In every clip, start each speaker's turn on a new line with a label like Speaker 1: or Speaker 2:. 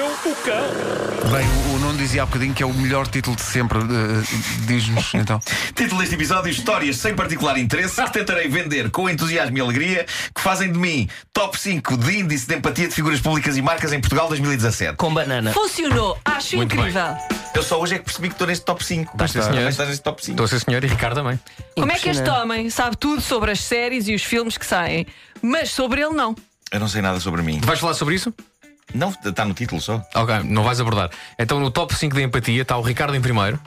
Speaker 1: nunca.
Speaker 2: Bem, o Nuno dizia há bocadinho que é o melhor título de sempre. eh, Diz-nos então.
Speaker 3: Título deste episódio: Histórias sem particular interesse que tentarei vender com entusiasmo e alegria que fazem de mim top 5 de índice de empatia de figuras públicas e marcas em Portugal 2017.
Speaker 4: Com banana.
Speaker 1: Funcionou, acho
Speaker 5: Muito bem.
Speaker 1: incrível.
Speaker 3: Eu só hoje é que percebi que estou neste top 5.
Speaker 5: Estás, sim, senhor.
Speaker 3: Também estás neste top 5.
Speaker 5: Estou a ser senhor e Ricardo também.
Speaker 1: Como é que este homem sabe tudo sobre as séries e os filmes que saem, mas sobre ele não?
Speaker 3: Eu não sei nada sobre mim.
Speaker 5: Vais falar sobre isso?
Speaker 3: Não, está no título só.
Speaker 5: Ok, não vais abordar. Então no top 5 de empatia está o Ricardo em primeiro.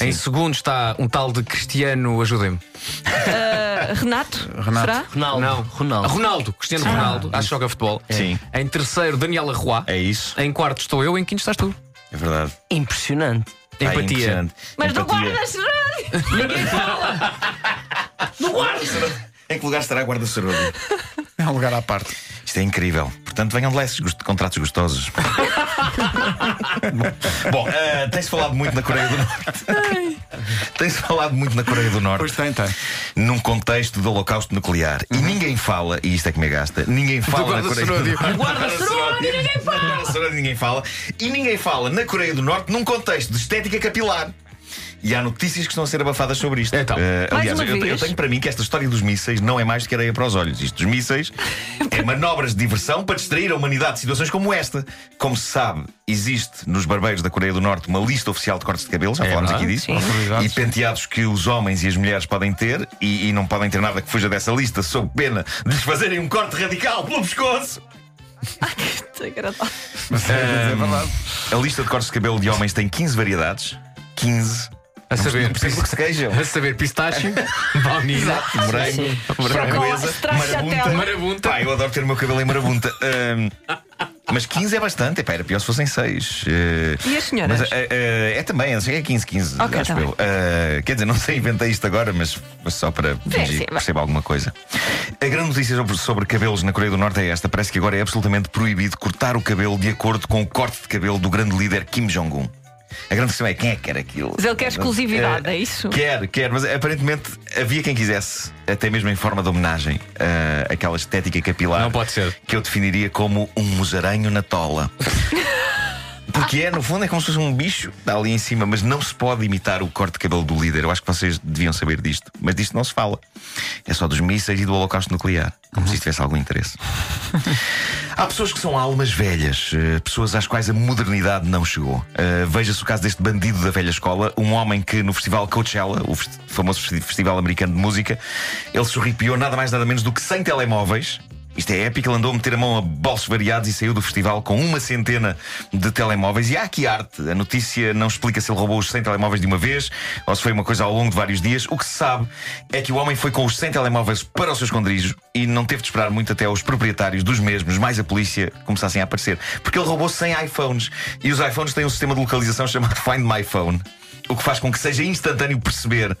Speaker 5: Em segundo está um tal de Cristiano, ajudem-me.
Speaker 1: Ah, Renato? Será?
Speaker 4: Ronaldo.
Speaker 5: Não.
Speaker 4: Ronaldo.
Speaker 5: Ronaldo, Cristiano Ronaldo, acho que joga futebol.
Speaker 3: Sim.
Speaker 5: Em terceiro, Daniela Roy.
Speaker 3: É isso.
Speaker 5: Em quarto estou eu, em quinto estás tu.
Speaker 3: É verdade.
Speaker 4: Impressionante.
Speaker 3: Tá
Speaker 5: Empatia.
Speaker 3: impressionante.
Speaker 1: Mas não
Speaker 3: Empatia.
Speaker 1: guardas, Renato! Ninguém fala! Não guardas!
Speaker 3: Em que lugar estará a guarda sarudo?
Speaker 2: É um lugar à parte.
Speaker 3: Isto é incrível. Portanto, venham de lá esses gost- contratos gostosos. Bom, eh, tem-se falado muito na Coreia do Norte. tem-se falado muito na Coreia do Norte.
Speaker 2: Pois tem, tem. Uhum.
Speaker 3: Num contexto de holocausto nuclear. E ninguém fala, e isto é que me gasta, ninguém fala na Coreia do
Speaker 5: guarda-soródio.
Speaker 3: Norte. Guarda-soródio, ninguém fala. Guarda-soródio, ninguém fala. E ninguém fala na Coreia do Norte num contexto de estética capilar. E há notícias que estão a ser abafadas sobre isto.
Speaker 5: Então.
Speaker 3: Eh,
Speaker 1: Mais
Speaker 3: aliás,
Speaker 1: uma
Speaker 3: eu, te- eu
Speaker 1: vez.
Speaker 3: tenho para mim que esta história dos mísseis não é mais do que areia para os olhos. Isto dos mísseis é manobras de diversão para distrair a humanidade de situações como esta. Como se sabe, existe nos barbeiros da Coreia do Norte uma lista oficial de cortes de cabelo, já
Speaker 5: É
Speaker 3: falámos aqui
Speaker 5: verdade,
Speaker 3: disso,
Speaker 5: sim.
Speaker 3: e penteados que os homens e as mulheres podem ter, e, e não podem ter nada que fuja dessa lista, sob pena de lhes fazerem um corte radical pelo pescoço.
Speaker 1: Desagradável.
Speaker 2: Mas é, é verdade.
Speaker 3: A lista de cortes de cabelo de homens tem 15 variedades. 15.
Speaker 5: A saber,
Speaker 3: Não preciso é que sejam.
Speaker 5: a saber, pistácio, baunilha,
Speaker 3: Exato, morango, framboesa,
Speaker 1: Estracciatella.
Speaker 3: marabunta.
Speaker 5: marabunta.
Speaker 3: Pá, eu adoro ter o meu cabelo em marabunta. Ahm, mas 15 é bastante. Epá, era pior se fossem 6.
Speaker 1: E as senhoras?
Speaker 3: Mas, ah, ah, é também, acho que é 15, 15.
Speaker 1: Ok,
Speaker 3: acho
Speaker 1: tá
Speaker 3: eu. Ah, quer dizer, não sei, inventei isto agora, mas mas só para
Speaker 1: sim,
Speaker 3: fingir que
Speaker 1: vai.
Speaker 3: perceba alguma coisa. A grande notícia sobre, sobre cabelos na Coreia do Norte é esta. Parece que agora é absolutamente proibido cortar o cabelo de acordo com o corte de cabelo do grande líder Kim Jong-un. A grande questão é quem é que quer aquilo?
Speaker 1: Mas ele quer exclusividade,
Speaker 3: Ah,
Speaker 1: é isso?
Speaker 3: Quer, quer, mas aparentemente havia quem quisesse, até mesmo em forma de homenagem, ah, aquela estética capilar
Speaker 5: Não pode ser.
Speaker 3: que eu definiria como um musaranho na tola. Porque é, no fundo, é como se fosse um bicho que está ali em cima, mas não se pode imitar o corte de cabelo do líder. Eu acho que vocês deviam saber disto, mas disto não se fala. É só dos mísseis e do holocausto nuclear,
Speaker 5: Uhum.
Speaker 3: como se isto tivesse algum interesse. Há pessoas que são almas velhas, eh, pessoas às quais a modernidade não chegou. Eh, Veja-se o caso deste bandido da velha escola, um homem que no festival Coachella, o fest- famoso festi- festival americano de música, ele sorripiou nada mais nada menos do que 100 telemóveis. Isto é épico, ele andou a meter a mão a bolsos variados e saiu do festival com uma centena de telemóveis. E há aqui arte. A notícia não explica se ele roubou os 100 telemóveis de uma vez ou se foi uma coisa ao longo de vários dias. O que se sabe é que o homem foi com os 100 telemóveis para o seu esconderijo e não teve de esperar muito até os proprietários dos mesmos, mais a polícia, começassem a aparecer. Porque ele roubou 100 iPhones e os iPhones têm um sistema de localização chamado Find My Phone, o que faz com que seja instantâneo perceber.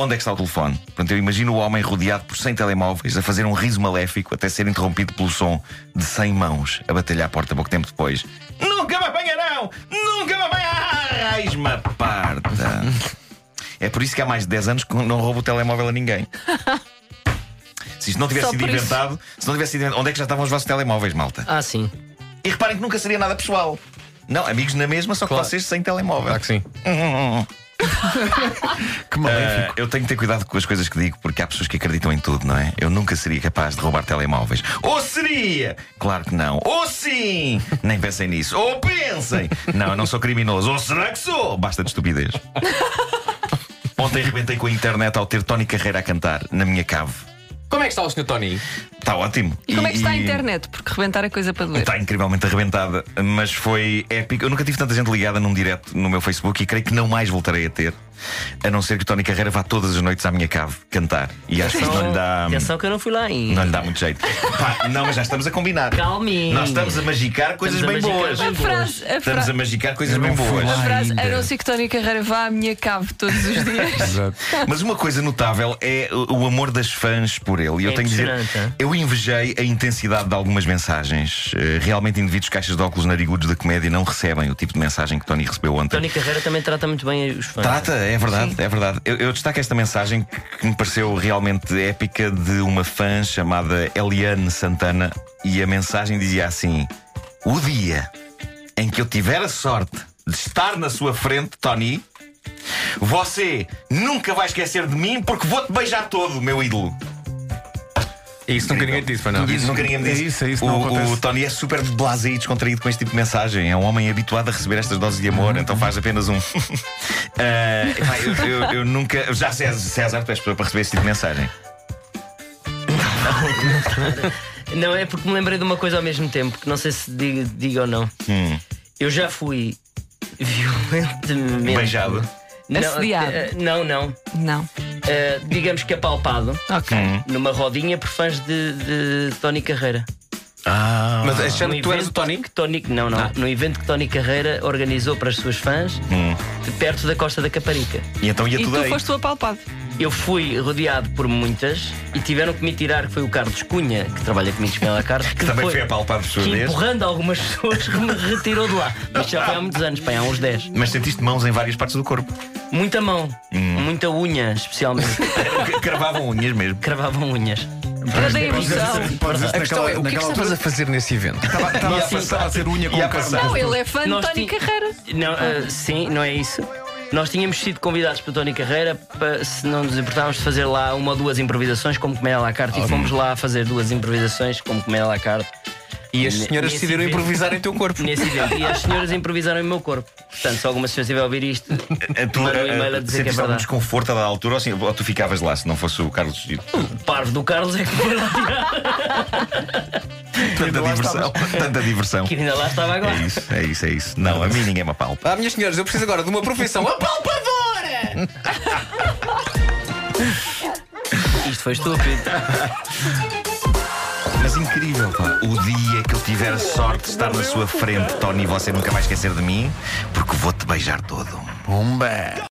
Speaker 3: Onde é que está o telefone? Portanto, eu imagino o homem rodeado por 100 telemóveis a fazer um riso maléfico até ser interrompido pelo som de 100 mãos a bater-lhe à porta pouco tempo depois. Nunca me apanharão! Nunca me apanharão! Raiz-me parta! É por isso que há mais de 10 anos que não roubo o telemóvel a ninguém. Se isto não tivesse
Speaker 1: Só
Speaker 3: sido
Speaker 1: por isso.
Speaker 3: inventado, se não tivesse sido inventado, onde é que já estavam os vossos telemóveis, malta?
Speaker 4: Ah, sim.
Speaker 3: E reparem que nunca seria nada pessoal. Não, amigos na mesma, só que
Speaker 5: Claro.
Speaker 3: vocês sem telemóvel.
Speaker 5: Claro que sim.
Speaker 2: Que
Speaker 4: É.
Speaker 2: maléfico.
Speaker 3: Ah, eu tenho que ter cuidado com as coisas que digo, porque há pessoas que acreditam em tudo, não é? Eu nunca seria capaz de roubar telemóveis. Ou seria! Claro que não. Ou sim! Nem pensem nisso. Ou pensem! Não, eu não sou criminoso. Ou será que sou? Basta de estupidez. Ontem arrebentei com a internet ao ter Tony Carreira a cantar na minha cave.
Speaker 5: Como é que está o senhor Tony?
Speaker 3: Está ótimo.
Speaker 1: E como é que está a
Speaker 3: e- Tá
Speaker 1: internet? Porque rebentar é coisa para doer.
Speaker 3: Está incrivelmente arrebentada, mas foi épico. Eu nunca tive tanta gente ligada num direct no meu Facebook e creio que não mais voltarei a ter, a não ser que o Tony Carreira vá todas as noites à minha cave cantar. E acho que isso não lhe dá.
Speaker 4: Então, Atenção que eu não fui lá ainda.
Speaker 3: Não lhe dá muito jeito. Pá, não, mas já estamos a combinar.
Speaker 4: Calminha.
Speaker 3: Nós estamos a magicar coisas
Speaker 4: Estamos a
Speaker 3: bem
Speaker 4: magicar
Speaker 3: boas.
Speaker 1: A
Speaker 4: bem
Speaker 1: frase, a
Speaker 3: Estamos
Speaker 1: frase.
Speaker 3: a magicar coisas
Speaker 2: Eu não
Speaker 3: bem
Speaker 2: fui
Speaker 3: boas.
Speaker 2: lá.
Speaker 1: A frase, a
Speaker 2: Ainda.
Speaker 1: não ser que Tony Carreira vá à minha cave todos os dias.
Speaker 2: Exato.
Speaker 3: Mas uma coisa notável é o o amor das fãs por ele. E eu
Speaker 4: É
Speaker 3: tenho de dizer,
Speaker 4: impressionante, é?
Speaker 3: eu invejei a intensidade de algumas mensagens. Eh, Realmente, indivíduos caixas de óculos narigudos da comédia não recebem o tipo de mensagem que Tony recebeu ontem.
Speaker 4: Tony Carreira também trata muito bem os fãs.
Speaker 3: Trata, é verdade, é verdade. Eu, eu destaco esta mensagem que- que me pareceu realmente épica de uma fã chamada Eliane Santana e a mensagem dizia assim: O dia em que eu tiver a sorte de estar na sua frente, Tony, você nunca vai esquecer de mim porque vou-te beijar todo, meu ídolo.
Speaker 5: E isso nunca ninguém te disse, foi não?
Speaker 3: Isso nunca ninguém me
Speaker 2: é
Speaker 3: disse.
Speaker 2: isso, é isso, não
Speaker 3: o,
Speaker 2: acontece.
Speaker 3: o Tony é super blasé e descontraído com este tipo de mensagem. É um homem habituado a receber estas doses de amor, então faz apenas um. Ah, epá, eu, eu- eu nunca. Já César, César, tu és pessoa para receber este tipo de mensagem.
Speaker 4: Não, é porque me lembrei de uma coisa ao mesmo tempo, que não sei se diga, diga ou não.
Speaker 3: Hum.
Speaker 4: Eu já fui violentemente.
Speaker 3: Beijado.
Speaker 4: Não,
Speaker 1: Assediado.
Speaker 4: eh, Não, não.
Speaker 1: Não.
Speaker 4: Eh, digamos que apalpado
Speaker 1: Ok.
Speaker 4: numa rodinha por fãs de, de Tony Carreira.
Speaker 3: Ah.
Speaker 5: Mas achando
Speaker 4: Num
Speaker 5: que tu eras o
Speaker 4: evento
Speaker 5: Tony?
Speaker 4: Que Tony não, não.
Speaker 5: Ah.
Speaker 4: Num evento que Tony Carreira organizou para as suas fãs
Speaker 5: Hum.
Speaker 4: de perto da Costa da Caparica.
Speaker 3: E então ia
Speaker 1: E
Speaker 3: tudo
Speaker 1: tu
Speaker 3: aí.
Speaker 1: foste o apalpado.
Speaker 4: Eu fui rodeado por muitas e tiveram que me tirar, que foi o Carlos Cunha, que trabalha comigo de Espinhela Carta, que
Speaker 3: Também
Speaker 4: depois-
Speaker 3: foi apalpado por sua
Speaker 4: que
Speaker 3: vez.
Speaker 4: empurrando algumas pessoas que me retirou de lá. Mas já foi há muitos anos, pai, há uns 10.
Speaker 3: Mas sentiste mãos em várias partes do corpo.
Speaker 4: Muita mão,
Speaker 5: Hum.
Speaker 4: muita unha, especialmente.
Speaker 3: C- Cravavam unhas mesmo.
Speaker 4: Cravavam unhas.
Speaker 1: Para da emoção.
Speaker 2: Podes dizer
Speaker 5: A questão é, o que é que
Speaker 2: naquela
Speaker 5: estavas a
Speaker 2: altura
Speaker 5: fazer nesse evento?
Speaker 2: estava- estava a
Speaker 4: assim,
Speaker 2: passar a ser unha com
Speaker 3: ia
Speaker 2: o carne.
Speaker 3: passar.
Speaker 1: Não, ele é fã de
Speaker 4: Nós
Speaker 1: Tony
Speaker 4: ti-
Speaker 1: Carreira.
Speaker 4: Não, ah, sim, não é isso. Nós tínhamos sido convidados pelo Tony Carreira para, se não nos importávamos, de fazer lá uma ou duas improvisações como comédia à la carte. E fomos lá fazer duas improvisações como comédia à la carte.
Speaker 5: E as
Speaker 4: Ne-
Speaker 5: senhoras
Speaker 4: nesse
Speaker 5: decidiram
Speaker 4: evento-
Speaker 5: improvisar em teu corpo.
Speaker 4: Nesse evento. assim E assim as senhoras improvisaram em meu corpo. Portanto, se alguma senhora estiver a ouvir isto,
Speaker 3: Tu
Speaker 4: manda um e-mail
Speaker 3: eh,
Speaker 4: a dizer que é
Speaker 3: sentiste algum
Speaker 4: verdade.
Speaker 3: desconforto a da altura ou, assim, ou tu ficavas lá se não fosse o Carlos Giro?
Speaker 4: O parvo do Carlos é que foi lá tirar.
Speaker 3: Tanta
Speaker 2: lá
Speaker 3: diversão. Tanta diversão.
Speaker 4: Que ainda lá estava agora.
Speaker 3: É isso, é isso, é isso. Não, a mim ninguém me apalpa.
Speaker 5: Ah, minhas senhoras, eu preciso agora de uma profissão. Apalpadora!
Speaker 4: Isto foi estúpido.
Speaker 3: Mas incrível, pá. O dia que eu tiver a sorte de estar na sua frente, Tony, você nunca vai esquecer de mim, porque vou-te beijar todo.
Speaker 2: Pumba!